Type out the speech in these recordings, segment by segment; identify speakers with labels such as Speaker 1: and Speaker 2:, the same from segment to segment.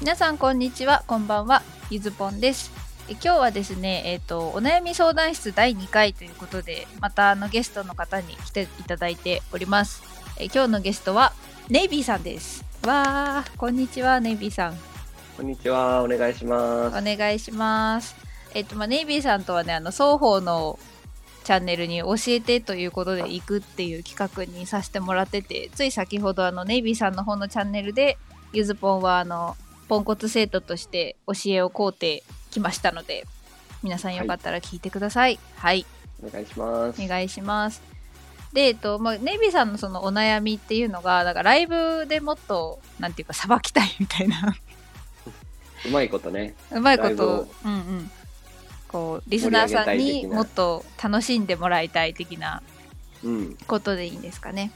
Speaker 1: 皆さんこんにちはこんばんはゆずぽんですえ今日はですねえっ、とお悩み相談室第2回ということでまたあのゲストの方に来ていただいておりますえ今日のゲストはネイビーさんですわーこんにちはネイビーさん
Speaker 2: こんにちは、お願いしま
Speaker 1: お
Speaker 2: す。
Speaker 1: 願いしますえっ、とまあネイビーさんとはねあの双方のチャンネルに教えてということで行くっていう企画にさせてもらっててつい先ほどあのネイビーさんの方のチャンネルでゆずぽんはあのポンコツ生徒として教えを請うてきましたので皆さんよかったら聞いてください。はい、
Speaker 2: お願いします。
Speaker 1: お願いします。で、えっと、まあ、ネイビーさんのそのお悩みっていうのが、だからライブでもっと、なんていうか、さばきたいみたいな、
Speaker 2: うまいことね。
Speaker 1: うまいこ
Speaker 2: ライブ
Speaker 1: と
Speaker 2: を、
Speaker 1: うんうん。こう、リスナーさん
Speaker 2: 盛り上げたい
Speaker 1: に
Speaker 2: 的な
Speaker 1: もっと楽しんでもらいたい的な
Speaker 2: うん、
Speaker 1: ことでいいんですかね。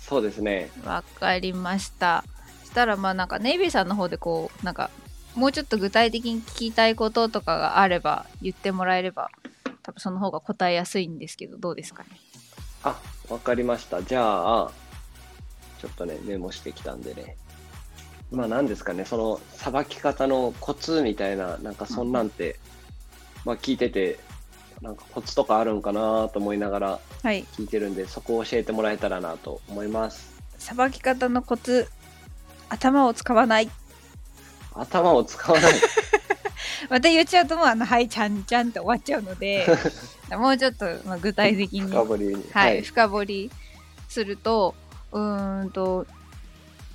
Speaker 2: そうですね。
Speaker 1: わかりました。そしたら、まあなんか、ネイビーさんの方でこう、なんか、もうちょっと具体的に聞きたいこととかがあれば、言ってもらえれば、多分その方が答えやすいんですけど、どうですかね。
Speaker 2: あ、わかりました。じゃあ、ちょっとね、メモしてきたんでね。まあ、なんですかね、その、さばき方のコツみたいな、なんかそんなんて、まあ、聞いてて、なんかコツとかあるんかなと思いながら
Speaker 1: はい。
Speaker 2: 聞いてるんで、そこを教えてもらえたらなと思います。
Speaker 1: さばき方のコツ頭を使わない
Speaker 2: 頭を使 わない。
Speaker 1: また言っちゃうともうあの「はいちゃんちゃん」って終わっちゃうの でもうちょっと、まあ、具体的 に、
Speaker 2: 深掘りに。
Speaker 1: はい、。深掘りするとうーんと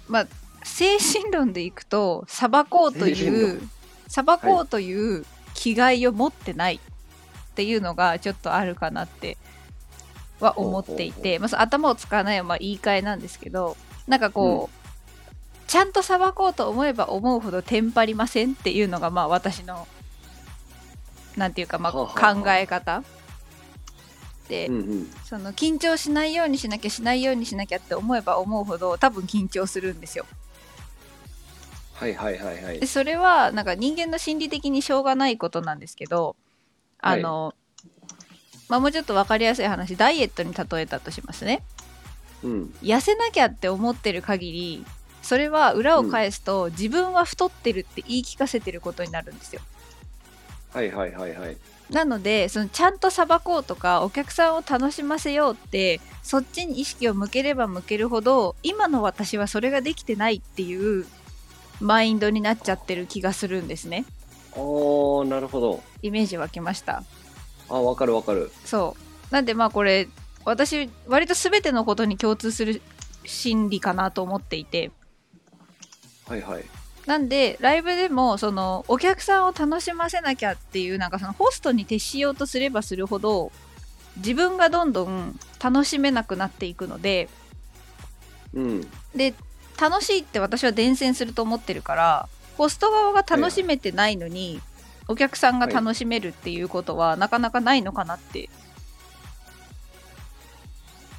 Speaker 1: まあ精神論でいくとさばこうと
Speaker 2: 精
Speaker 1: い
Speaker 2: 神
Speaker 1: うさばこうという気概を持ってないっていうのがちょっとあるかなっては思ってい
Speaker 2: ほうほう
Speaker 1: て、まあ、その頭を使わないはまあ言い換えなんですけどなんかこう、ちゃんとさばこうと思えば思うほどテンパりませんっていうのがまあ私のなんていうかまあ
Speaker 2: はあはあはあ
Speaker 1: 考え方で、
Speaker 2: うんうん。
Speaker 1: その緊張しないようにしなきゃしないようにしなきゃって思えば思うほど多分緊張するんですよ。
Speaker 2: はいはいはいはい
Speaker 1: で。それはなんか人間の心理的にしょうがないことなんですけどあの、まあ、もうちょっと分かりやすい話ダイエットに例えたとしますね。
Speaker 2: うん。
Speaker 1: 痩せなきゃって思ってる限りそれは裏を返すと、自分は太ってるって言い聞かせてることになるんですよ。
Speaker 2: はいはいはいはい。
Speaker 1: なのでそのちゃんとさばこうとかお客さんを楽しませようってそっちに意識を向ければ向けるほど今の私はそれができてないっていうマインドになっちゃってる気がするんですね
Speaker 2: おー、なるほど。
Speaker 1: イメージ湧きました
Speaker 2: あ、わかるわかる。
Speaker 1: そうなんでまあこれ私割と全てのことに共通する心理かなと思っていて
Speaker 2: はいはい。
Speaker 1: なんでライブでもそのお客さんを楽しませなきゃっていうなんかそのホストに徹しようとすればするほど自分がどんどん楽しめなくなっていくので
Speaker 2: うん。
Speaker 1: で楽しいって私は伝染すると思ってるからホスト側が楽しめてないのに、お客さんが楽しめるっていうことはなかなかないのかなって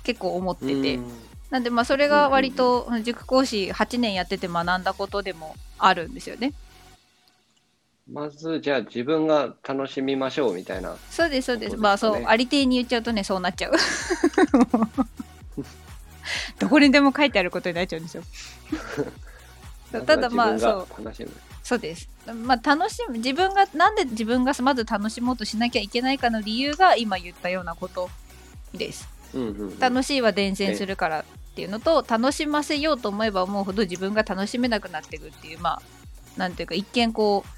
Speaker 1: 結構思ってて。
Speaker 2: うん
Speaker 1: なんでまあそれが割と塾講師8年やってて学んだことでもあるんですよね。
Speaker 2: まず、じゃあ自分が楽しみましょうみたいな。
Speaker 1: そうですそうです
Speaker 2: そうですね
Speaker 1: まあそうありていに言っちゃうとねそうなっ ちゃうどこにでも書いてあることになっちゃうんですよそうただまあ
Speaker 2: まずは
Speaker 1: そう
Speaker 2: 自分が楽しむ。
Speaker 1: そうですまあ楽しむ自分がなんで自分がまず楽しもうとしなきゃいけないかの理由が今言ったようなことです
Speaker 2: うんうんうん。
Speaker 1: 楽しいは伝染するからっていうのと楽しませようと思えば思うほど自分が楽しめなくなっていくっていうまあなんていうか一見こう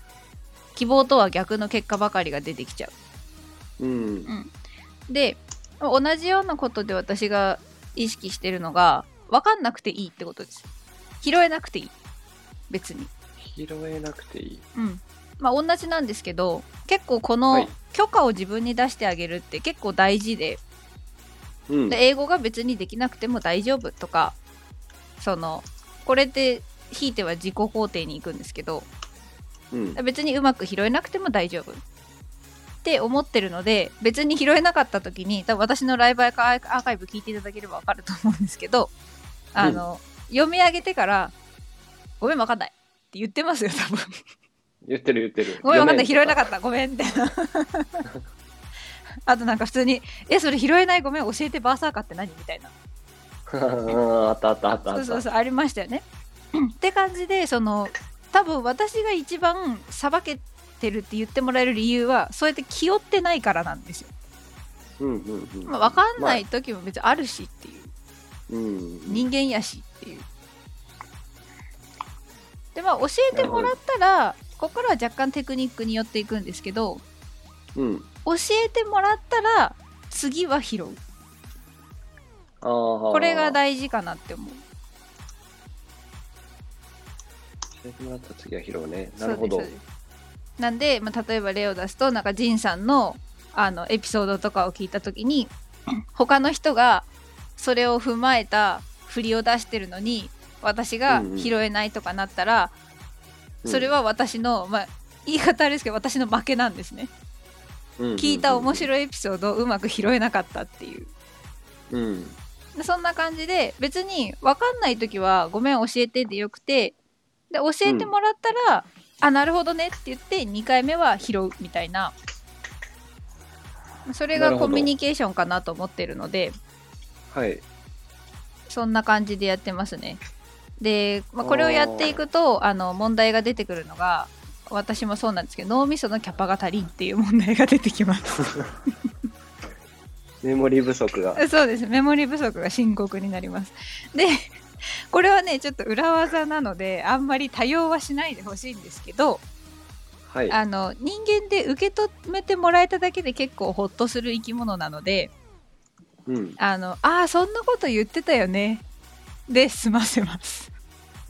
Speaker 1: 希望とは逆の結果ばかりが出てきちゃう
Speaker 2: うん。
Speaker 1: で同じようなことで私が意識してるのが分かんなくていいってことです拾えなくていい別に
Speaker 2: 拾えなくていい。
Speaker 1: うんまあ同じなんですけど結構こ
Speaker 2: は
Speaker 1: の
Speaker 2: い
Speaker 1: 許可を自分に出してあげるって結構大事で,、
Speaker 2: うん。
Speaker 1: で英語が別にできなくても大丈夫とかそのこれってひいては自己肯定に行くんですけど
Speaker 2: うん。
Speaker 1: 別にうまく拾えなくても大丈夫って思ってるので別に拾えなかった時に多分私のライブアーカイブ聞いていただければ分かると思うんですけどあの、読み上げてから「ごめん分かんない」って言ってますよ 多分
Speaker 2: 言ってる言ってる。
Speaker 1: ごめん、わかんない、拾えな
Speaker 2: かっ
Speaker 1: かった、ごめ ん、みたいな。あとなんか普通に、え、それ拾えない、ごめん、教えて、バーサーカーって何みたいな。
Speaker 2: た。あったあったあったあった。
Speaker 1: そ うそうそう、ありましたよね。って感じで、その、多分私が一番さばけてるって言ってもらえる理由はそうやって気負ってないからなんですよ、
Speaker 2: うんうんうん。
Speaker 1: まあ、分かんない時も別にあるしっていう、
Speaker 2: うんうん
Speaker 1: 人間やしっていうでまあ教えてもらったらここからは若干テクニックによっていくんですけど
Speaker 2: うん。
Speaker 1: 教えてもらったら次は拾う
Speaker 2: あー
Speaker 1: これが大事かなって思う
Speaker 2: 教えてもらった次は拾うね。なるほど
Speaker 1: そうで。すそうですなんで、まあ、例えば例を出すとなんか仁さんのあのエピソードとかを聞いた時 に他の人がそれを踏まえた振りを出してるのに私が
Speaker 2: うんうん
Speaker 1: 拾えないとかなったら、
Speaker 2: うん
Speaker 1: それ、は私の、まあ、言い方あれですけど私の負けなんですね、聞いた面
Speaker 2: い。
Speaker 1: 白いエピソードをうまく拾えなかったっていう
Speaker 2: うん。
Speaker 1: でそんな感じで別に分かんない時は「ごめん教えて」でよくてで教えてもらったら「あなるほどね」って言って2回目は拾うみたいなそれ
Speaker 2: な
Speaker 1: が
Speaker 2: るほ
Speaker 1: コ
Speaker 2: ど
Speaker 1: ミュニケーションかなと思ってるので
Speaker 2: はい。
Speaker 1: そんな感じでやってますね。で、まあ、これをやっていくとあの問題が出てくるのが私もそうなんですけど脳みそのキャパが足りんっていう問題が出てきます。
Speaker 2: メモリ不足が。
Speaker 1: そうですメモリ不足が深刻になりますでこれはねちょっと裏技なのであんまり多用はしないでほしいんですけど
Speaker 2: はい。
Speaker 1: あの人間で受け止めてもらえただけで結構ホッとする生き物なので
Speaker 2: うん。
Speaker 1: あのあーそんなこと言ってたよねで済ませます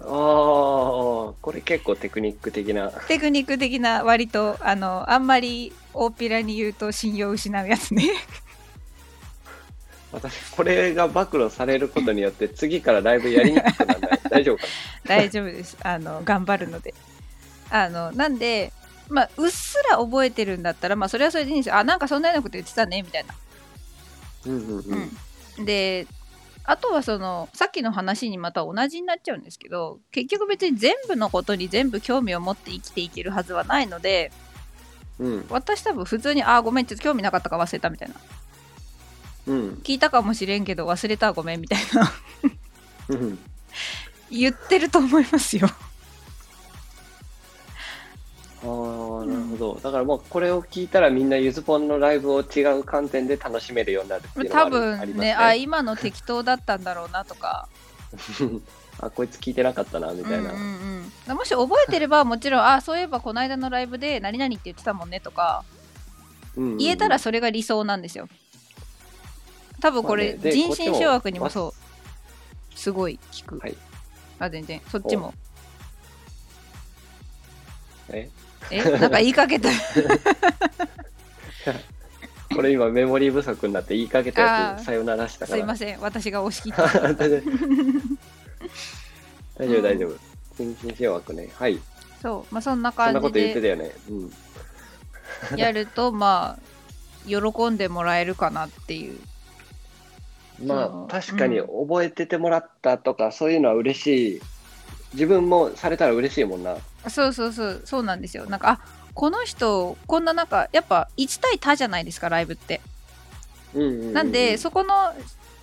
Speaker 2: ああ、これ結構テクニック的な。
Speaker 1: テクニック的な割とあのあんまり大っぴらに言うと信用を失うやつね
Speaker 2: 私、これが暴露されることによって、次からライブやりにくくならない。大丈夫か
Speaker 1: 大丈夫です あの頑張るのであのなんでまあうっすら覚えてるんだったらまあそれはそれでいいんですよあなんかそんなようなこと言ってたねみたいな
Speaker 2: なうんうんうん。
Speaker 1: であとはそのさっきの話にまた同じになっちゃうんですけど結局別に全部のことに全部興味を持って生きていけるはずはないので
Speaker 2: うん。
Speaker 1: 私多分普通に「あーごめんちょっと興味なかったか忘れた」みたいな
Speaker 2: うん
Speaker 1: 「聞いたかもしれんけど忘れたごめん」みたい な
Speaker 2: うん。
Speaker 1: 言ってると思いますよ。
Speaker 2: ああ、なるほど。だからもうこれを聞いたらみんなゆずぽんのライブを違う観点で楽しめるようになるっていうのは
Speaker 1: 多
Speaker 2: あるあ
Speaker 1: 分
Speaker 2: ります
Speaker 1: ねあ今の適当だったんだろうなとか
Speaker 2: あ、こいつ聞いてなかったな、みたいな。
Speaker 1: うんうんうん、もし覚えてればもちろんあそういえばこの間のライブで何々って言ってたもんねとか
Speaker 2: うんうん
Speaker 1: 言えたらそれが理想なんですよ多分これ、
Speaker 2: まあねで
Speaker 1: 人心掌握にも
Speaker 2: こ
Speaker 1: そうすごい効く、
Speaker 2: はい
Speaker 1: あ全然そっちも
Speaker 2: え
Speaker 1: えなんか言いか けた
Speaker 2: これ今メモリー不足になって言いかけたや
Speaker 1: あー
Speaker 2: つさよならしたか
Speaker 1: す
Speaker 2: ら。
Speaker 1: いません私が押し切った
Speaker 2: 大丈夫大丈夫大丈夫人心掌握ねはい
Speaker 1: そうまあそんな
Speaker 2: そん
Speaker 1: 感
Speaker 2: なこ
Speaker 1: じ
Speaker 2: と言って
Speaker 1: で
Speaker 2: たよねうん
Speaker 1: やるとまあ喜んでもらえるかなっていうそ
Speaker 2: ま
Speaker 1: う
Speaker 2: あ確かに覚えててもらったとか、そういうのは嬉しい自分もされたら嬉しいもんな
Speaker 1: そうそうそうそうなんですよなんかあこの人こんななんかやっぱ1対他じゃないですかライブって
Speaker 2: うんうんうん
Speaker 1: なんで、そこの、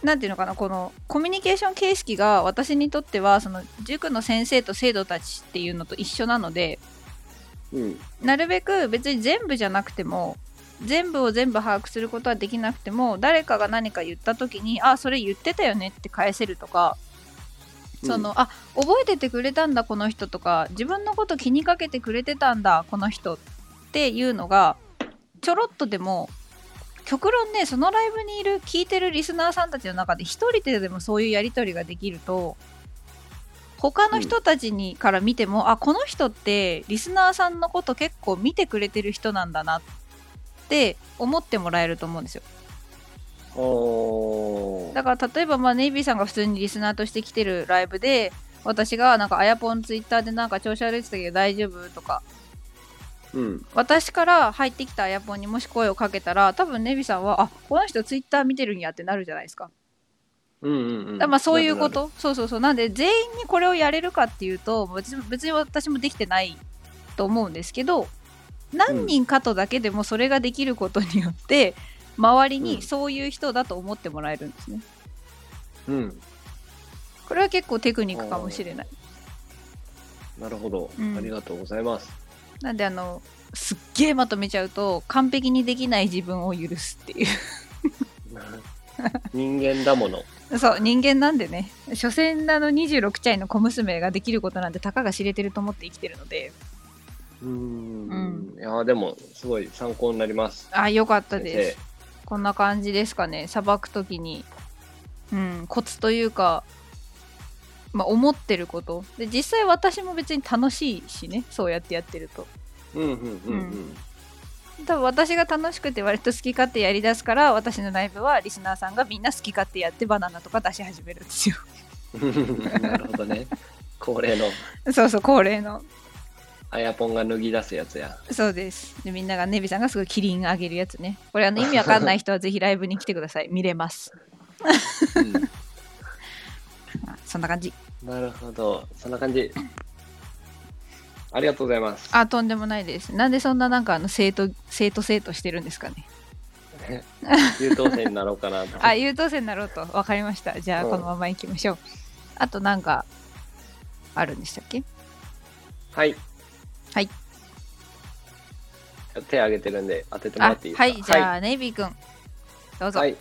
Speaker 1: なんていうのかな、このコミュニケーション形式が私にとっては、その塾の先生と生徒たちっていうのと一緒なので、
Speaker 2: うん
Speaker 1: なるべく別に全部じゃなくても、全部を全部把握することはできなくても、誰かが何か言った時に、あ、それ言ってたよねって返せるとか、その、あ、覚えててくれたんだ、この人とか、自分のこと気にかけてくれてたんだ、この人っていうのが、ちょろっとでも極論ねそのライブにいる聞いてるリスナーさんたちの中で一人ででもそういうやり取りができると他の人たちに、から見てもあこの人ってリスナーさんのこと結構見てくれてる人なんだなって思ってもらえると思うんですよ
Speaker 2: うん、おー
Speaker 1: だから例えばまあネイビーさんが普通にリスナーとして来てるライブで私がなんかあやぽんツイッターでなんか調子悪いって言ってたけど大丈夫とか
Speaker 2: うん
Speaker 1: 私から入ってきたあやぽんにもし声をかけたら多分ネビさんはあこの人ツイッター見てるんやってなるじゃないですか
Speaker 2: うんうんうん
Speaker 1: だからまあそういうことそうそうそうなんで全員にこれをやれるかっていうと別に別に私もできてないと思うんですけど何人かとだけでもそれができることによって周り
Speaker 2: うん
Speaker 1: にそういう人だと思ってもらえるんですね
Speaker 2: うん
Speaker 1: これは結構テクニックかもしれない
Speaker 2: なるほど、
Speaker 1: うん
Speaker 2: ありがとうござ います。
Speaker 1: なんであのすっげえまとめちゃうと完璧にできない自分を許すっていう
Speaker 2: 人間だもの。
Speaker 1: そう 人間なんでね所詮あの26歳の小娘ができることなんてたかが知れてると思って生きてるので
Speaker 2: うーん。いや、でも、すごい参考になります。
Speaker 1: あよかったです
Speaker 2: 先
Speaker 1: こんな感じですかねさばく時に、うん、コツというか、まあ、思ってることで実際私も別に楽しいしねそうやってやってると
Speaker 2: 生。うんうんうんうん。
Speaker 1: 多分私が楽しくて割と好き勝手やりだすから私のライブはリスナーさんがみんな好き勝手やってバナナとか出し始めるんですよ
Speaker 2: なるほどね。恒例の、
Speaker 1: そうそう恒例の
Speaker 2: あやぽんが脱ぎ出すやつや。
Speaker 1: そうですでみんながネビさんがすごいキリンあげるやつねこ れあの意味わかんない人はぜひライブに来てください見れます
Speaker 2: うん
Speaker 1: あそんな感じ
Speaker 2: なるほど。そんな感じ。ありがとうございます。
Speaker 1: あとんでもないですなんでそんななんかあの生徒生徒生徒してるんですかね
Speaker 2: 優等生になろうかなと。
Speaker 1: あ、優等生になろうと。わかりました。じゃあ、
Speaker 2: うん
Speaker 1: このまま行きましょう。あと、なんか、あるんでしたっけ
Speaker 2: はい。
Speaker 1: はい。
Speaker 2: 手挙げてるんで当ててもら
Speaker 1: あ
Speaker 2: っていい、
Speaker 1: はい、
Speaker 2: です
Speaker 1: じ
Speaker 2: か
Speaker 1: ゃあ、ネイビー君。どうぞ。
Speaker 2: はい。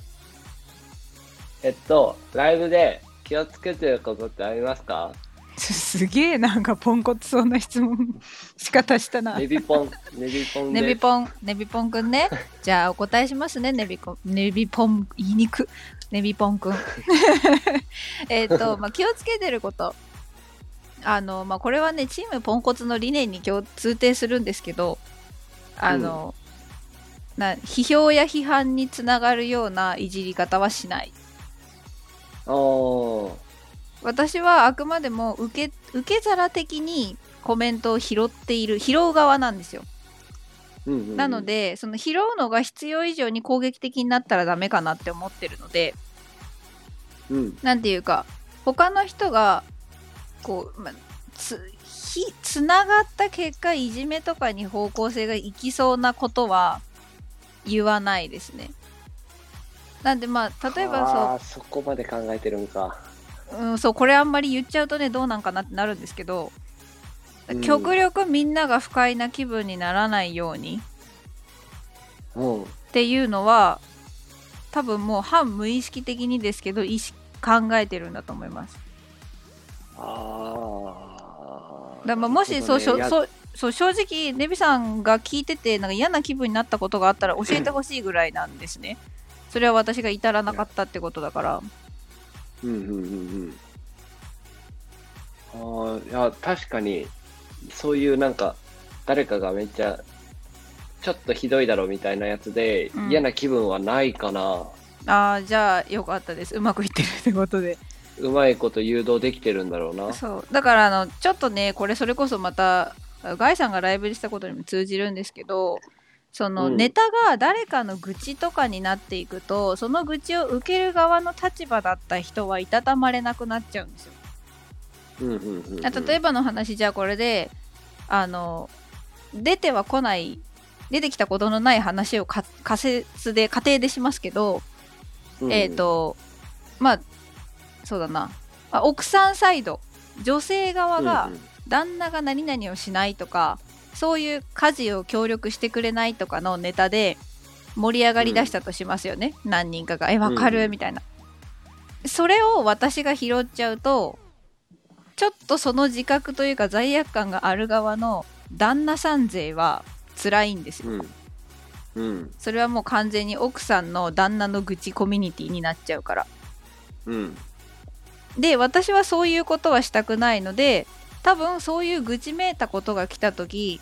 Speaker 2: えっと、ライブで気をつけてることってありますか
Speaker 1: すげえ、なんか、ポンコツそうな質問、 仕方したな。
Speaker 2: ネビポン、ネビポン
Speaker 1: ネ
Speaker 2: です。
Speaker 1: ビポン、ネビポンくんね。じゃあ、お答えしますね、ネビコ、ネビポン、言いにく。ネビポンくん。えっと、まあ、気をつけてること。あの、まあ、これはね、チームポンコツの理念に共通定するんですけど、あの、な批評や批判につながるようないじり方はしない。
Speaker 2: おー
Speaker 1: 私はあくまでも受け受け皿的にコメントを拾っている拾う側なんですよ。
Speaker 2: うんうんうん
Speaker 1: なの、でその拾うのが必要以上に攻撃的になったらダメかなって思ってるので
Speaker 2: うん、
Speaker 1: なんていうか他の人がこう、まあつひつながった結果いじめとかに方向性がいきそうなことは言わないですね。なんでまあ例えばそう
Speaker 2: あーそこまで考えてるんか。
Speaker 1: うん、そうこれあんまり言っちゃうとねどうなんかなってなるんですけど、
Speaker 2: うん
Speaker 1: 極力みんなが不快な気分にならないように
Speaker 2: うん。
Speaker 1: っていうのは多分もう反無意識的にですけど意識考えてるんだと思います。だ
Speaker 2: あー
Speaker 1: からまあもしそう,、しょそうそう正直ネビさんが聞いててなんか嫌な気分になったことがあったら教えてほしいぐらいなんですね。それは私が至らなかったってことだから。
Speaker 2: う。うんうんうんうん。ああ、いや、確かに、そういうなんか、誰かがめっちゃ、ちょっとひどいだろみたいなやつで、
Speaker 1: うん
Speaker 2: 嫌な気分はないかな。
Speaker 1: ああじゃあよかったですうまくいってるってことで。
Speaker 2: うまいこと誘導できてるんだろうな。
Speaker 1: そうだからあのちょっとねこれそれこそまたガイさんがライブでしたことにも通じるんですけどその
Speaker 2: うん
Speaker 1: ネタが誰かの愚痴とかになっていくと、その愚痴を受ける側の立場だった人はいたたまれなくなっちゃうんですよ。
Speaker 2: うんうんうんうん。
Speaker 1: あ例えばの話じゃあこれであの出ては来ない出てきたことのない話をか仮説で仮定でしますけど、
Speaker 2: うん
Speaker 1: えっ、とまあそうだな、まあ奥さんサイド女性側が、旦那が何々をしないとかそういう家事を協力してくれないとかのネタで盛り上がりだしたとしますよね、何人かが「えわか
Speaker 2: うんう
Speaker 1: る?」
Speaker 2: ん
Speaker 1: みたいな、それを私が拾っちゃうとちょっとその自覚というか罪悪感がある側の旦那さん勢は辛いんですよ
Speaker 2: うんうん。うん。
Speaker 1: それはもう完全に奥さんの旦那の愚痴コミュニティになっちゃうから
Speaker 2: うん。
Speaker 1: で私はそういうことはしたくないので多分そういう愚痴めいたことが来た時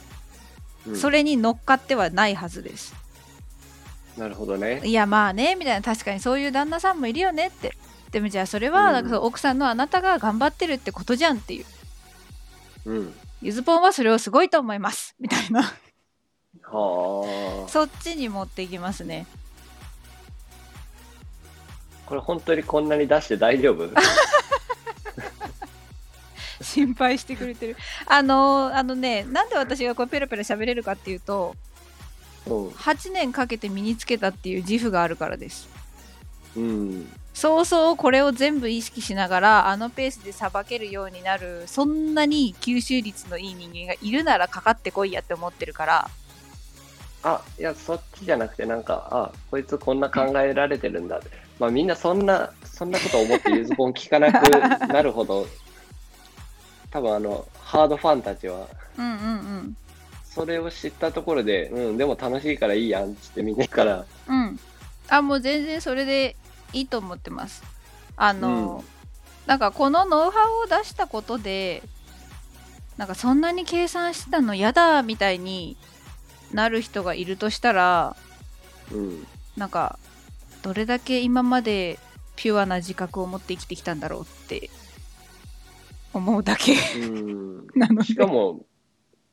Speaker 2: うん。
Speaker 1: それに乗っかってはないはずです。
Speaker 2: なるほどね。
Speaker 1: いやまあねみたいな確かにそういう旦那さんもいるよねってでもじゃあそれは
Speaker 2: うん
Speaker 1: なんかその奥さんのあなたが頑張ってるってことじゃんっていう
Speaker 2: うん。
Speaker 1: ゆずぽんはそれをすごいと思いますみたいな
Speaker 2: はあ。
Speaker 1: そっちに持っていきますね
Speaker 2: これ本当にこんなに出して大丈夫
Speaker 1: 心配してくれてるあのーあのねなんで私がこうペラペラ喋れるかっていうと
Speaker 2: う
Speaker 1: 8年かけて身につけたっていう自負があるからです
Speaker 2: ん。うん。
Speaker 1: そうそうこれを全部意識しながらあのペースでさばけるようになるそんなに吸収率のいい人間がいるならかかってこいやって思ってるから
Speaker 2: あいやそっちじゃなくてなんかあこいつこんな考えられてるんだって、まあ、みんなそんなそんなこと思ってゆずぽん聞かなくなるほど 多分あのハードファンたちは
Speaker 1: うんうんうん
Speaker 2: それを知ったところで、うん、でも楽しいからいいやんっつってみんなから、
Speaker 1: うん。あ、もう全然それでいいと思ってます。あの、なんかこのノウハウを出したことで、なんかそんなに計算してたの嫌だみたいになる人がいるとしたら、
Speaker 2: うん、
Speaker 1: なんかどれだけ今までピュアな自覚を持って生きてきたんだろうって思うだけ
Speaker 2: うん、
Speaker 1: なの
Speaker 2: し
Speaker 1: で
Speaker 2: か。も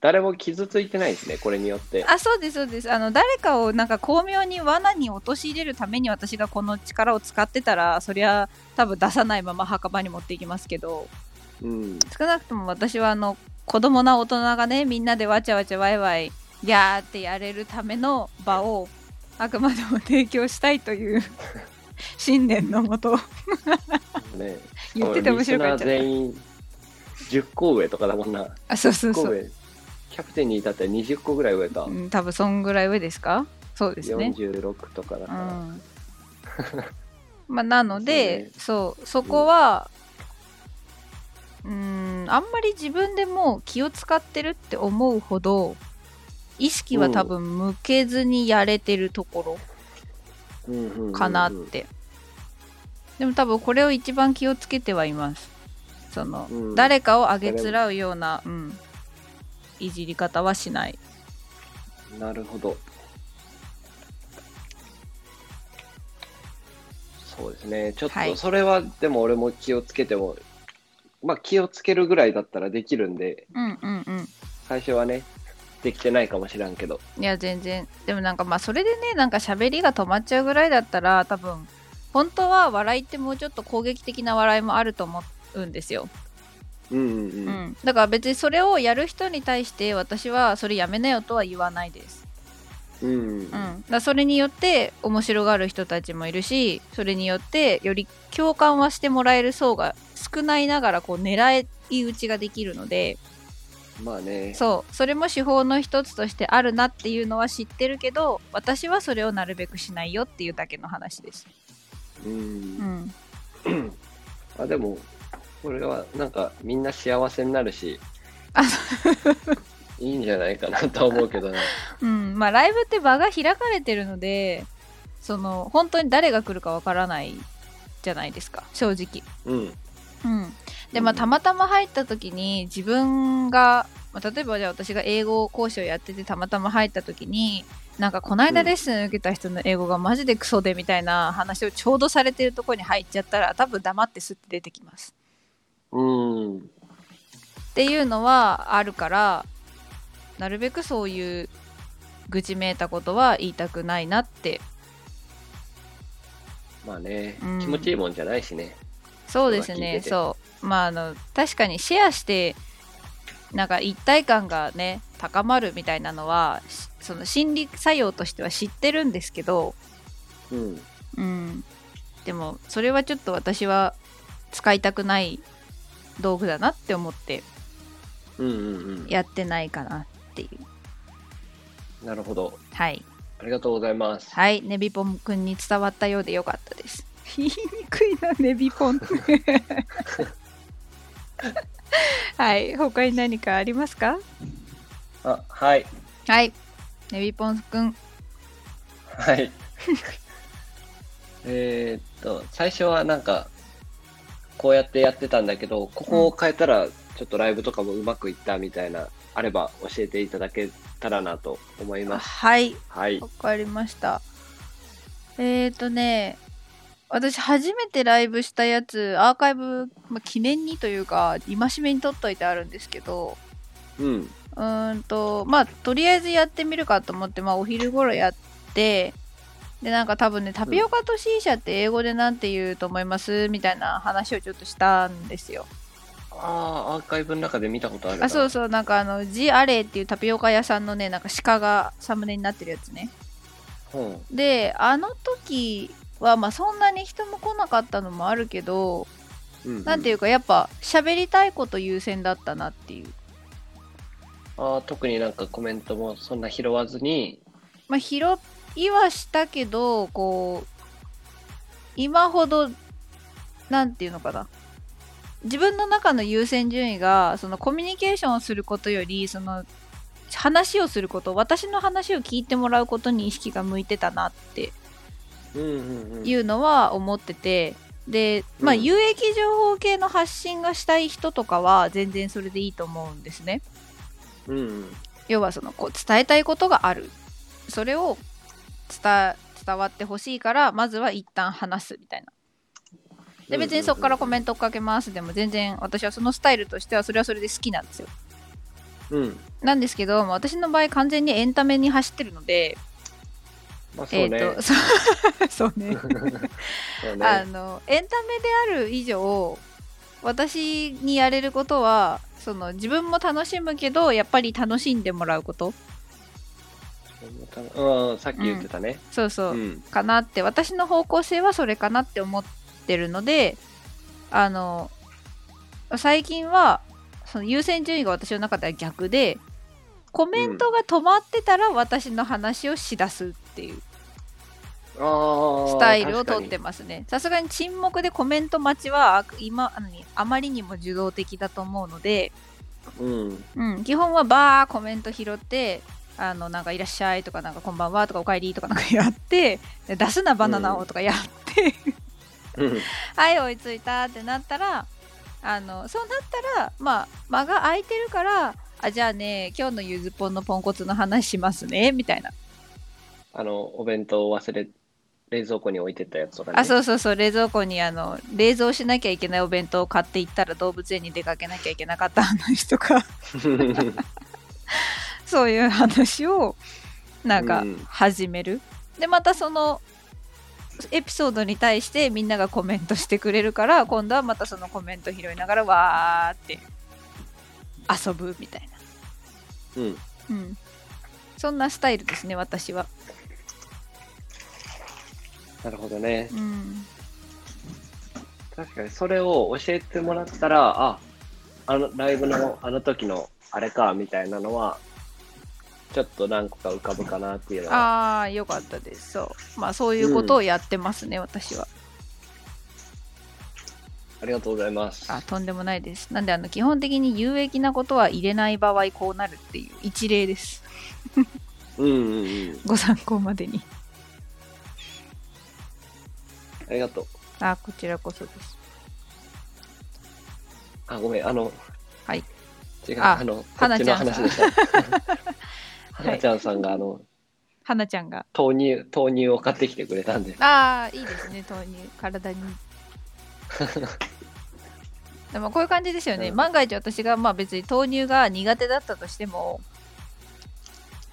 Speaker 2: 誰も傷ついてないですねこれによって
Speaker 1: あそうですそうですあの誰かをなんか巧妙に罠に陥れるために私がこの力を使ってたらそりゃ多分出さないまま墓場に持っていきますけど
Speaker 2: うん
Speaker 1: 少なくとも私はあの子供な大人がねみんなでわちゃわちゃワイワイギャーってやれるための場をあくまでも提供したいという 信念のもと
Speaker 2: ね
Speaker 1: 言ってて面白くなっ
Speaker 2: リス
Speaker 1: ち
Speaker 2: ナー
Speaker 1: ゃっ
Speaker 2: 全員10個上とかだもんな
Speaker 1: たあそうそう
Speaker 2: 10個
Speaker 1: そう、
Speaker 2: 上キャプテンに至っては20個ぐらい上か、
Speaker 1: うん、多分そんぐらい上ですかそうですね
Speaker 2: 46とかだから、
Speaker 1: うん、まあなのでそう,、そこはうーんあんまり自分でもう気を使ってるって思うほど意識は多分向けずにやれてるとこ
Speaker 2: うんうんうんうん
Speaker 1: ろかなって、でも多分これを一番気をつけてはいますその、
Speaker 2: うん
Speaker 1: 誰かをあげつらうような、うん、いじり方はしない
Speaker 2: なるほどそうですねちょっ
Speaker 1: はい
Speaker 2: とそれはでも俺も気をつけても、まあ気をつけるぐらいだったらできるんで
Speaker 1: うんうんうん
Speaker 2: 最初はねできてないかもしらんけど
Speaker 1: いや全然でもなんかまあそれでねなんか喋りが止まっちゃうぐらいだったら多分本当は笑いってもうちょっと攻撃的な笑いもあると思うんですよ、
Speaker 2: うんうんうん、
Speaker 1: うん、だから別にそれをやる人に対して私はそれやめなよとは言わないです、
Speaker 2: うんうん
Speaker 1: うん、だからそれによって面白がる人たちもいるしそれによってより共感はしてもらえる層が少ないながらこう狙い撃ちができるので
Speaker 2: まあね
Speaker 1: そうそれも手法の一つとしてあるなっていうのは知ってるけど私はそれをなるべくしないよっていうだけの話です。
Speaker 2: う、
Speaker 1: うんん、
Speaker 2: あでもこれはなんかみんな幸せになるし
Speaker 1: あ
Speaker 2: いいんじゃないかなとは思うけどな
Speaker 1: うん、まあライブって場が開かれてるのでその本当に誰が来るかわからないじゃないですか正直。
Speaker 2: うん
Speaker 1: うん、でまあたまたま入った時に自分が、まあ、例えばじゃあ私が英語講師をやっててたまたま入った時になんかこの間レッスン受けた人の英語がマジでクソでみたいな話をちょうどされてるとこに入っちゃったら多分黙ってすって出てきます。
Speaker 2: うん
Speaker 1: っていうのはあるからなるべくそういう愚痴めいたことは言いたくないなって
Speaker 2: まあね、
Speaker 1: うん
Speaker 2: 気持ちいいもんじゃないしね。
Speaker 1: そうです
Speaker 2: 人が聞
Speaker 1: ね
Speaker 2: いてて
Speaker 1: そうまああの確かにシェアしてなんか一体感がね高まるみたいなのはしその心理作用としては知ってるんですけど
Speaker 2: うん。
Speaker 1: うんでもそれはちょっと私は使いたくない道具だなって思って
Speaker 2: うんうん
Speaker 1: やってないかなっていう
Speaker 2: うん。なるほど。
Speaker 1: はい
Speaker 2: ありがとうございます。
Speaker 1: はいネビポンくんに伝わったようでよかったです言いにくいなネビポン はい他に何かありますか
Speaker 2: あ、はい。
Speaker 1: はい。ネビポンくん。
Speaker 2: はい。 えーっと、最初はなんか、こうやってやってたんだけど、ここを変えたら、ちょっとライブとかもうまくいったみたいな、あれば教えていただけたらなと思います。
Speaker 1: はい。
Speaker 2: はい
Speaker 1: わ。かりました。えっ、ー、とね、私初めてライブしたやつ、アーカイブ、まあ、記念にというか、戒めに撮っといてあるんですけど、
Speaker 2: うん。
Speaker 1: うーんと、まあ、とりあえずやってみるかと思って、まあ、お昼頃やって、で、なんか多分ね、タピオカと C 社って英語でなんて言うと思いますみたいな話をちょっとしたんですよ。
Speaker 2: ああ、アーカイブの中で見たことあるな
Speaker 1: あ、そうそう、なんかあの、ジアレイっていうタピオカ屋さんのね、なんか鹿がサムネになってるやつね。
Speaker 2: うん。
Speaker 1: であの時は、まあ、そんなに人も来なかったのもあるけど、
Speaker 2: うんうん
Speaker 1: なんていうかやっぱ喋りたいこと優先だったなっていう
Speaker 2: あー特になんかコメントもそんな拾わずに、
Speaker 1: まあ、拾いはしたけどこう今ほどなんていうのかな自分の中の優先順位がそのコミュニケーションをすることよりその話をすること私の話を聞いてもらうことに意識が向いてたなって
Speaker 2: うんうんうん、
Speaker 1: いうのは思っててで、まあ、
Speaker 2: うん
Speaker 1: 有益情報系の発信がしたい人とかは全然それでいいと思うんですね。
Speaker 2: うんうん
Speaker 1: 要はそのこう伝えたいことがあるそれを伝伝わってほしいからまずは一旦話すみたいなで別にそこからコメントをかけますでも全然私はそのスタイルとしてはそれはそれで好きなんですよ
Speaker 2: うん、
Speaker 1: なんですけどまあ私の場合完全にエンタメに走ってるので
Speaker 2: まあそうね、
Speaker 1: えーとそうそう ね
Speaker 2: そう ね
Speaker 1: あのエンタメである以上私にやれることはその自分も楽しむけどやっぱり楽しんでもらうこと
Speaker 2: うん、さっき言ってたね。
Speaker 1: そうそうう、
Speaker 2: ん。
Speaker 1: かなって私の方向性はそれかなって思ってるのであの最近はその優先順位が私の中では逆でコメントが止まってたら私の話をしだすっていう
Speaker 2: あー
Speaker 1: スタイルをとって。ますねさすがに沈黙でコメント待ちはあ今あのあまりにも受動的だと思うので、
Speaker 2: 確かにうん。
Speaker 1: うん、基本はバーコメント拾ってあのなんか「いらっしゃい」とか「なんかこんばんは」とか「おかえり」とかなんかやって「で出すなバナナを」とかやって、
Speaker 2: うん。
Speaker 1: はい追いついたってなったらあのそうなったらまあ間が空いてるからあじゃあね今日のゆずぽんのポンコツの話しますねみたいな、
Speaker 2: あの、お弁当を忘れ、冷蔵庫に置いてったやつとかね。
Speaker 1: あそうそうそう冷蔵庫にあの冷蔵しなきゃいけないお弁当を買っていったら動物園に出かけなきゃいけなかった話とか そういう話をなんか
Speaker 2: うん
Speaker 1: 始める、でまたそのエピソードに対してみんながコメントしてくれるから今度はまたそのコメント拾いながらわーって遊ぶみたいな。
Speaker 2: うん。
Speaker 1: うん、そんなスタイルですね私は、
Speaker 2: なるほどね。
Speaker 1: うん、
Speaker 2: 確かに、それを教えてもらったら、あ、あの、ライブのあの時のあれか、みたいなのは、ちょっと何個か浮かぶかなっていうのは。
Speaker 1: ああよかったですそうまあそういうことをやってますね、私は
Speaker 2: ありがとうございます。
Speaker 1: あとんでもないですなんであの基本的に有益なことは入れない場合こうなるっていう一例です
Speaker 2: うんうんうん。
Speaker 1: ご参考までに
Speaker 2: ありがとう。
Speaker 1: あこちらこそです
Speaker 2: あ、ごめん、あの、
Speaker 1: はい。
Speaker 2: 違う、
Speaker 1: あ
Speaker 2: あの、こっ
Speaker 1: 花
Speaker 2: ち
Speaker 1: ち
Speaker 2: の
Speaker 1: ゃん
Speaker 2: 話でした。花ちゃんさんが、あの、
Speaker 1: はなちゃんが
Speaker 2: 豆乳、豆乳を買ってきてくれたんで。
Speaker 1: ああいいですね豆乳 体にでもこういう感じですよね、
Speaker 2: うん
Speaker 1: 万が一私がまあ別に豆乳が苦手だったとしても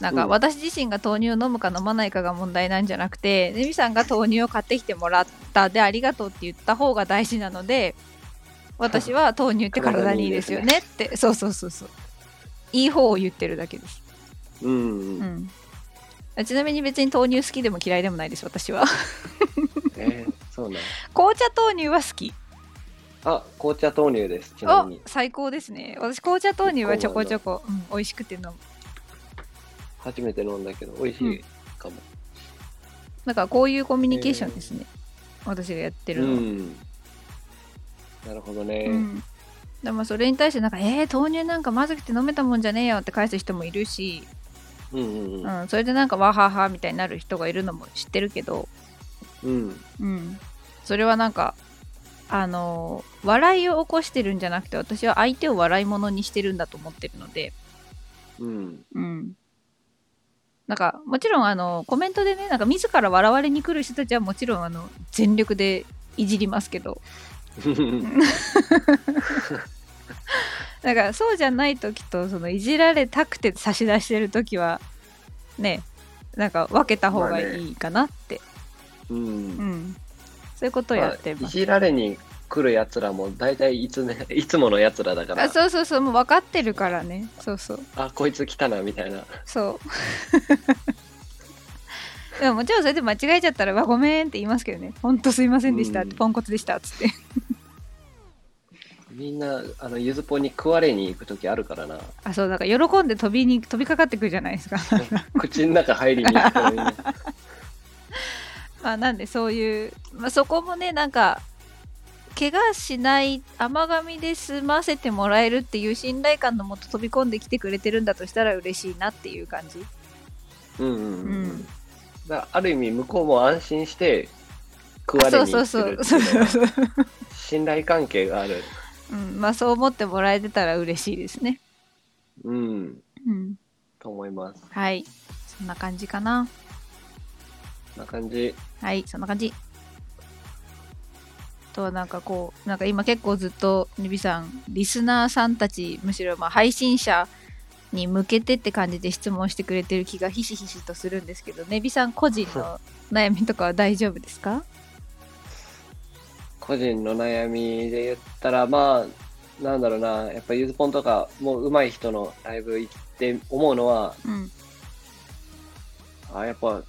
Speaker 1: なん
Speaker 2: う
Speaker 1: か
Speaker 2: ん
Speaker 1: 私自身が豆乳を飲むか飲まないかが問題なんじゃなくてネミさんが豆乳を買ってきてもらったでありがとうって言った方が大事なので私は豆乳って体にいいですよねってそうそうそうそういい方を言ってるだけです、
Speaker 2: うん、う。
Speaker 1: うんん、ちなみに別に豆乳好きでも嫌いでもないです私は
Speaker 2: えー、そうね。
Speaker 1: 紅茶豆乳は好き
Speaker 2: あ、紅茶豆乳です。ちな
Speaker 1: お
Speaker 2: みに。
Speaker 1: 最高ですね私紅茶豆乳はちょこちょこ、うん、美味しくて飲む
Speaker 2: 初めて飲んだけど、美味しいかも。
Speaker 1: だからこういうコミュニケーションですね、私がやって
Speaker 2: う
Speaker 1: るのは、
Speaker 2: ん。なるほどね。
Speaker 1: うんでもそれに対してなんか「えー、豆乳なんかまずくて飲めたもんじゃねえよ」って返す人もいるし、
Speaker 2: うん、うん、う。
Speaker 1: うんん、それでなんか「わはは」みたいになる人がいるのも知ってるけど、
Speaker 2: うん。
Speaker 1: うん、それはなんかあのー笑いを起こしてるんじゃなくて私は相手を笑い者にしてるんだと思ってるので、
Speaker 2: うん。
Speaker 1: うん。なんか、もちろん、あの、コメントでね、なんか、自ら笑われに来る人たちは、もちろん、あの、全力でいじりますけど、なんか、そうじゃない時と、その、いじられたくて差し出してる時は、ね、なんか、分けた方がいいかなって、
Speaker 2: うん。
Speaker 1: うん。そういうことをやって
Speaker 2: まあい
Speaker 1: ます。
Speaker 2: じられに来る奴らも、大体いつね、いつもの奴らだから
Speaker 1: あ、そうそうそう、もう分かってるからね、そうそう。
Speaker 2: あ、こいつ来たな、みたいな。
Speaker 1: そう。でももちろんそれで間違えちゃったら「わごめん」って言いますけどね「ほんとすいませんでした」
Speaker 2: うん
Speaker 1: ポンコツでした」っつって
Speaker 2: みんな、あの、ゆずぽんに食われに行くときあるからな。
Speaker 1: あそうなんか喜んで飛びに飛びかかってくるじゃないですか
Speaker 2: 口の中入りに行くからみんな
Speaker 1: まあなんでそういう、まあ、そこもねなんか怪我しない甘噛みで済ませてもらえるっていう信頼感のもと飛び込んできてくれてるんだとしたら嬉しいなっていう感じ
Speaker 2: うんうんうん。
Speaker 1: う
Speaker 2: うんん、だからある意味、向こうも安心して食わ
Speaker 1: あ
Speaker 2: れ
Speaker 1: そ
Speaker 2: に
Speaker 1: う
Speaker 2: 行
Speaker 1: そう
Speaker 2: って
Speaker 1: そう
Speaker 2: るって
Speaker 1: そう
Speaker 2: いうの
Speaker 1: そう
Speaker 2: は
Speaker 1: そう、
Speaker 2: 信頼関係がある。
Speaker 1: うん、まあそう思ってもらえてたら嬉しいですね
Speaker 2: うん。
Speaker 1: うん
Speaker 2: と思います。こ
Speaker 1: はいそんな感じかなん
Speaker 2: な感じ。
Speaker 1: はい、そんな感じ。あとはなんかこう、なんか今結構ずっと、ねびさん、リスナーさんたち、むしろまあ配信者に向けてって感じで質問してくれてる気がひしひしとするんですけど、ねびさん個人の悩みとかは大丈夫ですか
Speaker 2: 個人の悩みで言ったら、まあ、なんだろうな、やっぱゆずぽんとか、もう上手い人のライブ行って思うのは、
Speaker 1: うん。
Speaker 2: あやっぱ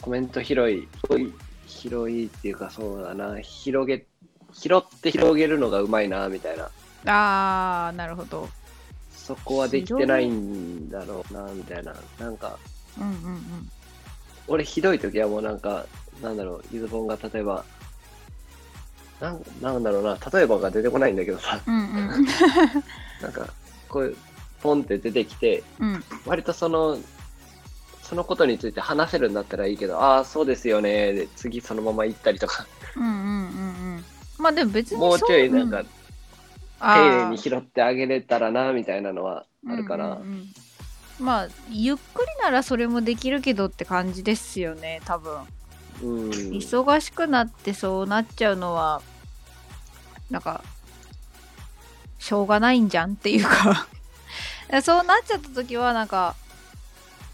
Speaker 2: コメント広い、広い、広いっていうかそうだな、広げ、拾って広げるのがうまいな、みたいな。
Speaker 1: あー、なるほど。
Speaker 2: そこはできてないんだろうな、みたいな。なんか、
Speaker 1: うんうんうん。
Speaker 2: 俺ひどい時はもうなんか、なんだろう、ゆずぼんが例えば、なんなんだろうな、例えばが出てこないんだけどさ、
Speaker 1: うんうん。
Speaker 2: なんか、こういう、ポンって出てきて、
Speaker 1: うん、
Speaker 2: 割とその、そのことについて話せるんだったらいいけど、ああ、そうですよね、で、次そのまま行ったりとか、
Speaker 1: うんうんうんうん。まあでも別に
Speaker 2: もうちょいなん
Speaker 1: う
Speaker 2: か、
Speaker 1: あ
Speaker 2: 丁
Speaker 1: ー
Speaker 2: 寧に拾ってあげれたらな、みたいなのはあるから、
Speaker 1: うんうんうんまあゆっくりならそれもできるけどって感じですよね多分、
Speaker 2: うん。
Speaker 1: 忙しくなってそうなっちゃうのはなんかしょうがないんじゃんっていうか そうなっちゃった時はなんか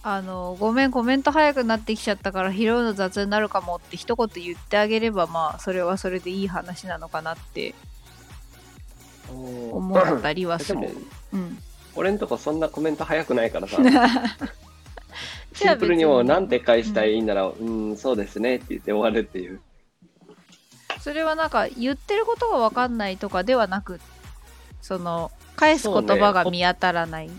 Speaker 1: あのごめんコメント早くなってきちゃったから拾うの雑になるかもって一言言ってあげればまあそれはそれでいい話なのかなって思っ
Speaker 2: り
Speaker 1: たりはす
Speaker 2: でも
Speaker 1: る、、うん、
Speaker 2: 俺んとこそんなコメント早くないか らさ、
Speaker 1: じ
Speaker 2: シ
Speaker 1: ゃあ別に
Speaker 2: ンプルにもう何て返したらいいんなら、うん、そうですねって言って終わるっていう。
Speaker 1: それはなんか言ってることが分かんないとかではなくその返す言葉が見当たらない、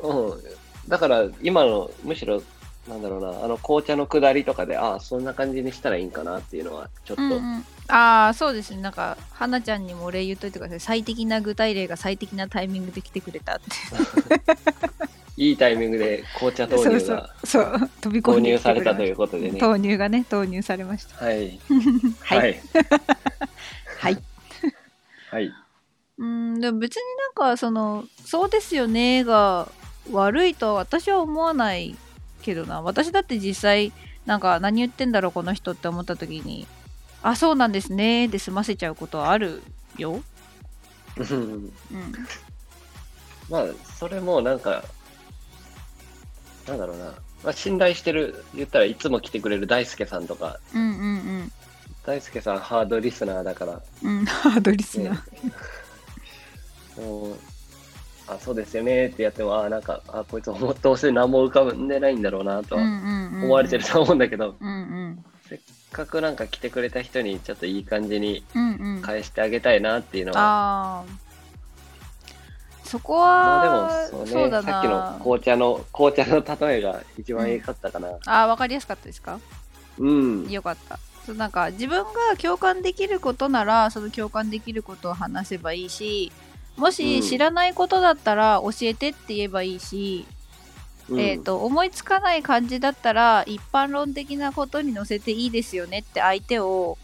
Speaker 2: うん。だから今の、むしろ、なんだろうな、あの紅茶の下りとかで、ああ、そんな感じにしたらいいんかなっていうのは、ちょっと、
Speaker 1: うんうんああそうですねなんか花ちゃんにもお礼言っといてください最適な具体例が最適なタイミングで来てくれたって
Speaker 2: いいタイミングで紅茶 豆
Speaker 1: そう
Speaker 2: 乳
Speaker 1: そう
Speaker 2: が
Speaker 1: そう飛び込
Speaker 2: 購
Speaker 1: んで
Speaker 2: 入
Speaker 1: き
Speaker 2: さ
Speaker 1: てく
Speaker 2: れ
Speaker 1: ました
Speaker 2: ということでね。
Speaker 1: 投入がね投入されました
Speaker 2: はい。
Speaker 1: はい、はい、
Speaker 2: はい。はい。
Speaker 1: うんでも別になんかその「そうですよね」が悪いとは私は思わないけどな私だって実際なんか何言ってんだろうこの人って思った時に「あそうなんですね」で済ませちゃうことはあるよ。
Speaker 2: うん
Speaker 1: うん、
Speaker 2: まあ、それもなんか、なんだろうな、まあ、信頼してる、言ったらいつも来てくれる大輔さんとか、
Speaker 1: うんうん
Speaker 2: 大輔さんハードリスナーだから、
Speaker 1: うん うんハードリスナー。
Speaker 2: もうあそうですよねってやっても、あなんか、あこいつ思どうせ何も浮かんでないんだろうなとは思
Speaker 1: 思
Speaker 2: われてる。と思うんだけど、
Speaker 1: うんうん
Speaker 2: せっかくなんか来てくれた人にちょっといい感じに
Speaker 1: うんうん、
Speaker 2: 返してあげたいなっていうのは、
Speaker 1: あーそこ
Speaker 2: ま
Speaker 1: は
Speaker 2: あでも
Speaker 1: そ
Speaker 2: そううね、
Speaker 1: だ
Speaker 2: さっきの
Speaker 1: な。
Speaker 2: 紅茶の、紅茶の例えが一番いいかったかな。
Speaker 1: あーわかりやすかったですか
Speaker 2: うん。
Speaker 1: よかったそうなんか自分が共感できることならその共感できることを話せばいいしも
Speaker 2: うん
Speaker 1: し知らないことだったら教えてって言えばいいし、
Speaker 2: うん
Speaker 1: えー、と思いつかない感じだったら一般論的なことに乗せていいですよねって相手を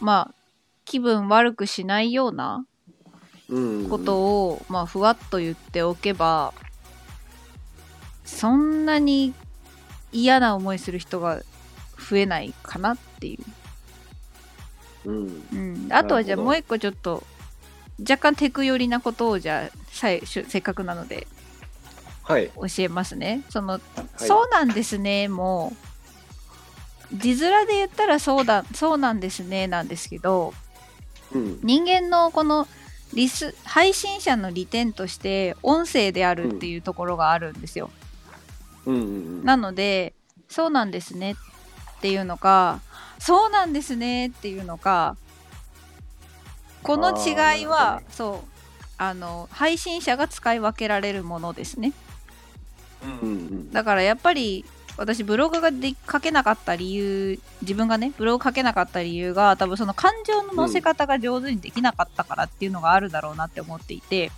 Speaker 1: まあ気分悪くしないようなこ
Speaker 2: うん
Speaker 1: とを、まあ、ふわっと言っておけばそんなに嫌な思いする人が増えないかなっていう。
Speaker 2: うん
Speaker 1: うん、あとはじゃあ
Speaker 2: なるほど
Speaker 1: もう一個ちょっと若干テク寄りなことをじゃあ最初せっかくなので
Speaker 2: はい。
Speaker 1: 教えますねその、
Speaker 2: はい
Speaker 1: そうなんですねもう字面で言ったらそうだそうなんですねなんですけど
Speaker 2: うん。
Speaker 1: 人間のこのリス配信者の利点として音声であるっていうところがあるんですよ、
Speaker 2: うんうんうん。
Speaker 1: なのでそうなんですねっていうのかそうなんですねっていうのかこの違い
Speaker 2: あーなるほど
Speaker 1: は、
Speaker 2: ね
Speaker 1: そうあの配信者が使い分けられるものですね
Speaker 2: うんうん。
Speaker 1: だからやっぱり私ブログがで書けなかった理由自分がねブログ書けなかった理由が多分その感情の載せ方が上手にできなかったからっていうのがあるだろうなって思っていて、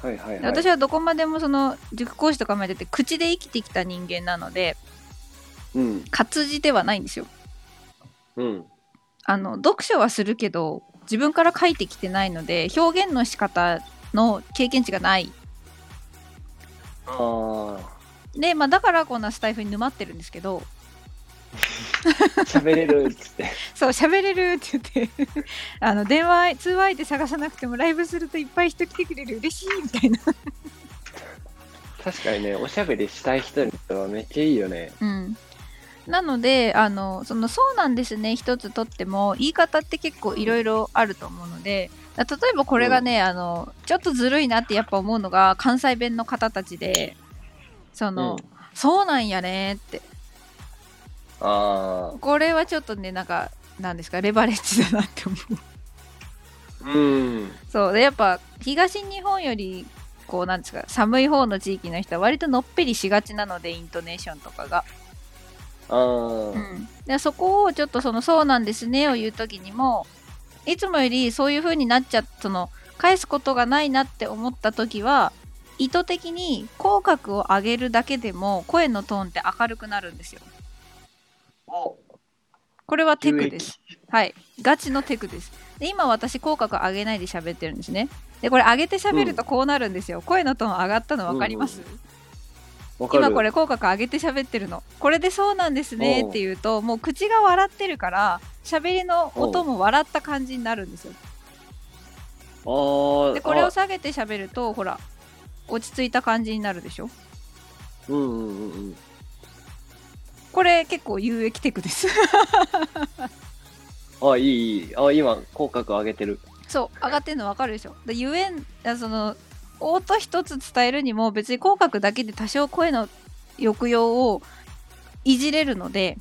Speaker 2: はいはいはい。
Speaker 1: で私はどこまでもその塾講師とかもやってて口で生きてきた人間なので
Speaker 2: うん
Speaker 1: 活字ではないんですよ
Speaker 2: うん。
Speaker 1: あの読書はするけど自分から書いてきてないので表現の仕方の経験値がない
Speaker 2: ああ。
Speaker 1: で、まあ、だからこんなスタイフに沼ってるんですけど
Speaker 2: 喋れるっつって。
Speaker 1: そう喋れるって言って あの電話通話相手探さなくてもライブするといっぱい人来てくれる嬉しいみたいな、
Speaker 2: 確かにね、おしゃべりしたい人にとってはめっちゃいいよね。
Speaker 1: うん、なのであのそのそうなんですね一つとっても言い方って結構いろいろあると思うのでだ例えばこれがね、あのちょっとずるいなってやっぱ思うのが関西弁の方たちでその、
Speaker 2: うん
Speaker 1: そうなんやねって
Speaker 2: あ
Speaker 1: これはちょっとねなんかなんですかレバレッジだなって思う
Speaker 2: あ。うん。
Speaker 1: そうでやっぱ東日本よりこうなんですか寒い方の地域の人は割とのっぺりしがちなのでイントネーションとかが、
Speaker 2: ああ。
Speaker 1: でそこをちょっとその「そうなんですね」を言う時にもいつもよりそういう風になっちゃその返すことがないなって思った時は意図的に口角を上げるだけでも声のトーンって明るくなるんですよ
Speaker 2: お
Speaker 1: これはテクですはい、ガチのテクです。で今私口角上げないで喋ってるんですね。でこれ上げて喋るとこうなるんですよ。声のトーン上がったの分かります、
Speaker 2: うんわかる
Speaker 1: 今これ口角上げて喋ってるの。これでそうなんですねって言うともう口が笑ってるから喋りの音も笑った感じになるんですよ。
Speaker 2: ああ。
Speaker 1: でこれを
Speaker 2: あ
Speaker 1: 下げて喋るとほら落ち着いた感じになるでしょ。
Speaker 2: うんうんうんうん。
Speaker 1: これ結構有益テクです。
Speaker 2: あいいいい。あ今、口角上げてる。
Speaker 1: そう上がってるの分かるでしょでゆえんあその音一つ伝えるにも別に口角だけで多少声の抑揚をいじれるので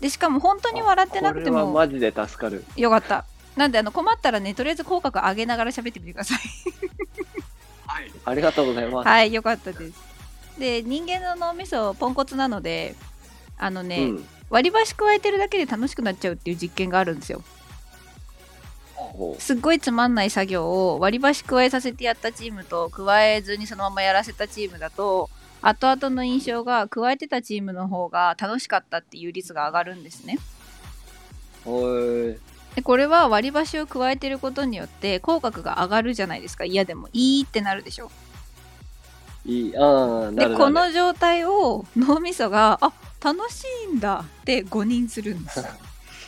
Speaker 1: でしかも本当に笑ってなくて
Speaker 2: あこれは
Speaker 1: も
Speaker 2: マジで助かる。
Speaker 1: よかったなんであの困ったらねとりあえず口角上げながら喋ってみてください
Speaker 2: はい。ありがとうございます。
Speaker 1: はいよかったですで人間の脳みそポンコツなのであのね、
Speaker 2: うん。
Speaker 1: 割り箸加えてるだけで楽しくなっちゃうっていう実験があるんですよ
Speaker 2: ほ
Speaker 1: すっごいつまんない作業を割り箸加えさせてやったチームと加えずにそのままやらせたチームだと後々の印象が加えてたチームの方が楽しかったっていう率が上がるんですね
Speaker 2: うほう。
Speaker 1: でこれは割り箸を加えてることによって口角が上がるじゃないですか嫌でもいいってなるでしょ
Speaker 2: いい。ああ、なる
Speaker 1: で
Speaker 2: ほど。
Speaker 1: この状態を脳みそがあ楽しいんだって誤認するんです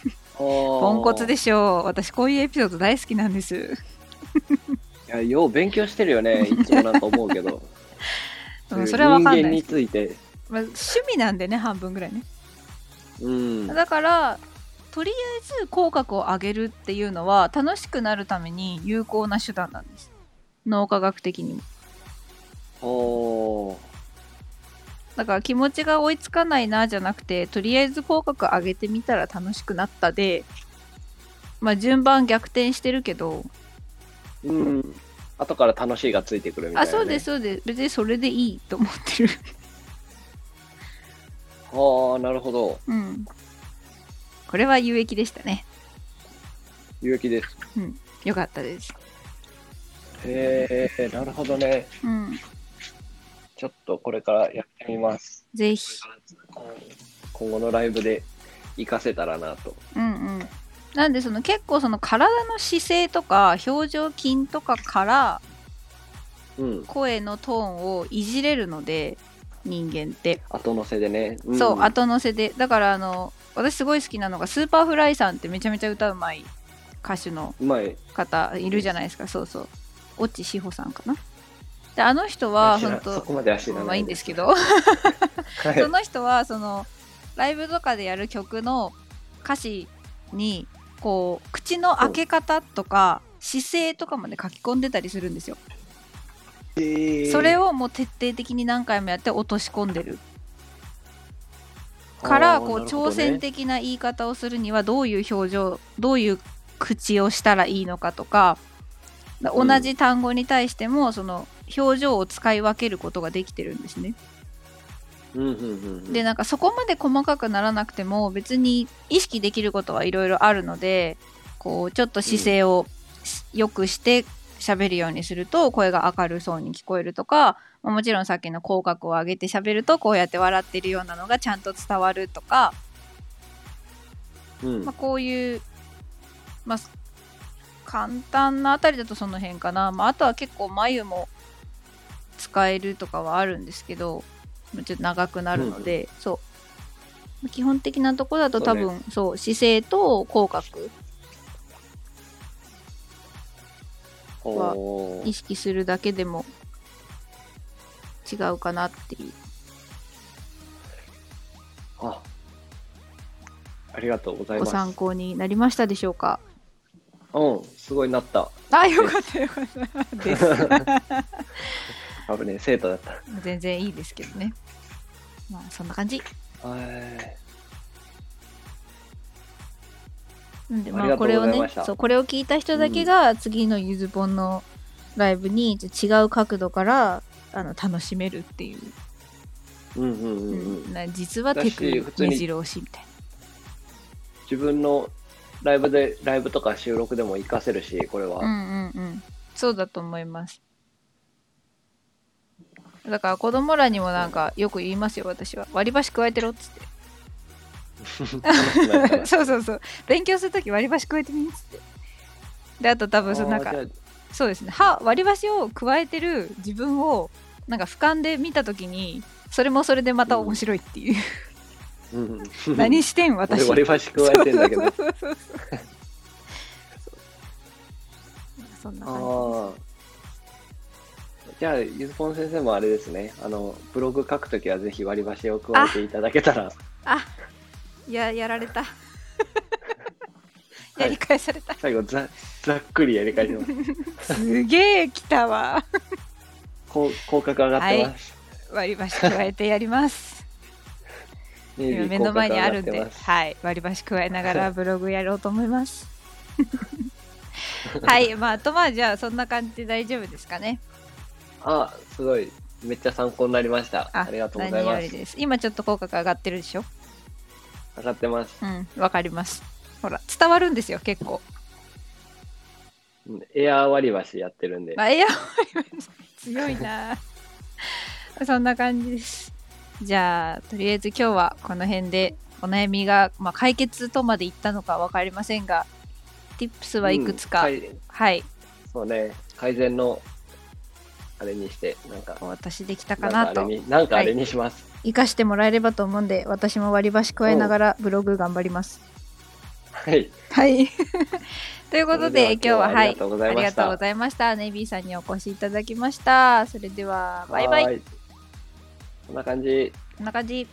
Speaker 1: ポ
Speaker 2: ポ
Speaker 1: ンコツでしょう私こういうエピソード大好きなん です
Speaker 2: いや、よう勉強してるよね。いつもなんか思うけど。
Speaker 1: うんそれは分かん
Speaker 2: 人
Speaker 1: な
Speaker 2: 間
Speaker 1: いで
Speaker 2: に
Speaker 1: す、
Speaker 2: ついて。
Speaker 1: まあ、趣味なんでね半分ぐらいね
Speaker 2: うん。
Speaker 1: だからとりあえず口角を上げるっていうのは楽しくなるために有効な手段なんです脳科学的にも
Speaker 2: おー
Speaker 1: だから気持ちが追いつかないなじゃなくてとりあえず口角上げてみたら楽しくなったでまあ順番逆転してるけど、
Speaker 2: うん。後から楽しいがついてくるみた
Speaker 1: あ
Speaker 2: いな、ね。
Speaker 1: そうです。そうです別にそれでいいと思ってる
Speaker 2: はあ、なるほど。
Speaker 1: うん これは有益でしたね
Speaker 2: 有益です。
Speaker 1: よかったです
Speaker 2: へえ、なるほどね。
Speaker 1: うん
Speaker 2: ちょっとこれからやってみます。
Speaker 1: ぜひ
Speaker 2: 今後のライブで活かせたらなと。
Speaker 1: うんうん、なんでその結構その体の姿勢とか表情筋とかから
Speaker 2: うん。
Speaker 1: 声のトーンをいじれるので人間って、
Speaker 2: 後乗せでね。ん
Speaker 1: そう後乗せでだからあの私すごい好きなのがスーパーフライさんってめちゃめちゃ歌うまい歌手の
Speaker 2: うまい。
Speaker 1: 方いるじゃないですかそうそう越智志保さんかなであの人
Speaker 2: まあ
Speaker 1: は
Speaker 2: 知ら
Speaker 1: 本
Speaker 2: そこ
Speaker 1: 当
Speaker 2: までは知らない。
Speaker 1: まあいいんですけど
Speaker 2: はい。
Speaker 1: その人はそのライブとかでやる曲の歌詞にこう口の開け方とか姿勢とかまで書き込んでたりするんですよ。それ
Speaker 2: を。
Speaker 1: をもう徹底的に何回もやって落とし込んでるから
Speaker 2: あー
Speaker 1: こう
Speaker 2: なるほ
Speaker 1: 挑
Speaker 2: どね
Speaker 1: 戦的な言い方をするにはどういう表情どういう口をしたらいいのかとかだ
Speaker 2: うん
Speaker 1: 同じ単語に対してもその表情を使い分けることができてるんですね。
Speaker 2: うんうんうんうん
Speaker 1: でなんかそこまで細かくならなくても別に意識できることはいろいろあるのでこうちょっと姿勢をし良くして喋るようにすると声が明るそうに聞こえるとかまあもちろんさっきの口角を上げて喋るとこうやって笑ってるようなのがちゃんと伝わるとか、
Speaker 2: うん
Speaker 1: まあ、こういう、まあ、す簡単なあたりだとその辺かな、まあ、あとは結構眉も使えるとかはあるんですけどまあちょっと長くなるので、そうまあ基本的なとこだと多分そう,、姿勢と口角は
Speaker 2: おー
Speaker 1: 意識するだけでも違うかなっていう
Speaker 2: あありがとうござい
Speaker 1: ご
Speaker 2: ます。
Speaker 1: 参考になりましたでしょうか
Speaker 2: うん、すごいなった。
Speaker 1: あよかったよかったです
Speaker 2: 多分ね、生徒だった。
Speaker 1: 全然いいですけどねまあそんな感じ
Speaker 2: はい
Speaker 1: なんで
Speaker 2: あり
Speaker 1: まあ
Speaker 2: がと
Speaker 1: こ
Speaker 2: うご
Speaker 1: れ
Speaker 2: ざい
Speaker 1: を
Speaker 2: ま
Speaker 1: ね
Speaker 2: した
Speaker 1: そうこれを聞いた人だけが次のゆずぽんのライブに違う角度からあの楽しめるっていう、
Speaker 2: うんうんうんうん。
Speaker 1: な実は
Speaker 2: だ
Speaker 1: テ
Speaker 2: し
Speaker 1: ク
Speaker 2: 普通に
Speaker 1: 目白押しみたい
Speaker 2: 自分のライブで、ライブとか収録でも活かせるし、これ
Speaker 1: なう
Speaker 2: は。
Speaker 1: んうんうんそうだと思いますだから子供らにもなんかよく言いますよ私は割り箸加えてろっつって
Speaker 2: 楽しくなるから
Speaker 1: そうそうそう勉強するとき割り箸加えてみっつってであと多 分そのなんか
Speaker 2: あー
Speaker 1: そうですね歯割り箸を加えてる自分をなんか俯瞰で見た時にそれもそれでまた面白いっていう、
Speaker 2: じゃあうんうん
Speaker 1: 何してん
Speaker 2: 俺
Speaker 1: 私
Speaker 2: 割り箸加えてんだけど。
Speaker 1: そ
Speaker 2: あ
Speaker 1: うそうそうそうそうそんな
Speaker 2: あ
Speaker 1: 感
Speaker 2: ー。じゃあ、ゆずぽん先生もあれですね。あの、ブログ書くときはぜひ割り箸を加えていただけたら、
Speaker 1: じややられ た
Speaker 2: い
Speaker 1: やり返された、
Speaker 2: 最後ざ、ざっくりやり返します。
Speaker 1: すげえ来たわ
Speaker 2: こう口角上がってます。
Speaker 1: 割り箸加えてやり ます
Speaker 2: ネイビ
Speaker 1: 今
Speaker 2: ー
Speaker 1: 目の前にあるん
Speaker 2: 口角
Speaker 1: で
Speaker 2: 上がってます
Speaker 1: はい割り箸加えながらブログやろうと思います はいまああとまあじゃあそんな感じで大丈夫ですかね
Speaker 2: あ、すごい。めっちゃ参考になりました。あ
Speaker 1: あ
Speaker 2: りがとうございま
Speaker 1: 何より
Speaker 2: す。
Speaker 1: です今ちょっと口角上がってるでしょ
Speaker 2: 上がってます。
Speaker 1: うんわかりますほら伝わるんですよ結構、
Speaker 2: うんエアー割り箸やってるんで。
Speaker 1: まあ、エア割り箸強いな そんな感じですじゃあとりあえず今日はこの辺でお悩みが、まあ、解決とまでいったのか分かりませんが tips はいくつか、
Speaker 2: うんい
Speaker 1: はい
Speaker 2: そうね、改善のあれにして、なんか、
Speaker 1: 私できた
Speaker 2: な
Speaker 1: か
Speaker 2: んか
Speaker 1: な
Speaker 2: あれ
Speaker 1: と
Speaker 2: に、なんかあれにします。
Speaker 1: 生かしてもらえればと思うんで私も割り箸加えながらブログ頑張ります。
Speaker 2: はい。
Speaker 1: はい ということで
Speaker 2: それ
Speaker 1: 今日はは
Speaker 2: あ
Speaker 1: い
Speaker 2: りがとうござ
Speaker 1: あ
Speaker 2: い
Speaker 1: り
Speaker 2: ま
Speaker 1: が
Speaker 2: し
Speaker 1: と
Speaker 2: た。
Speaker 1: うございましたネイビーさんにお越しいただきましたそれではバイバイ
Speaker 2: はーいこんな感じ。
Speaker 1: こんな感じ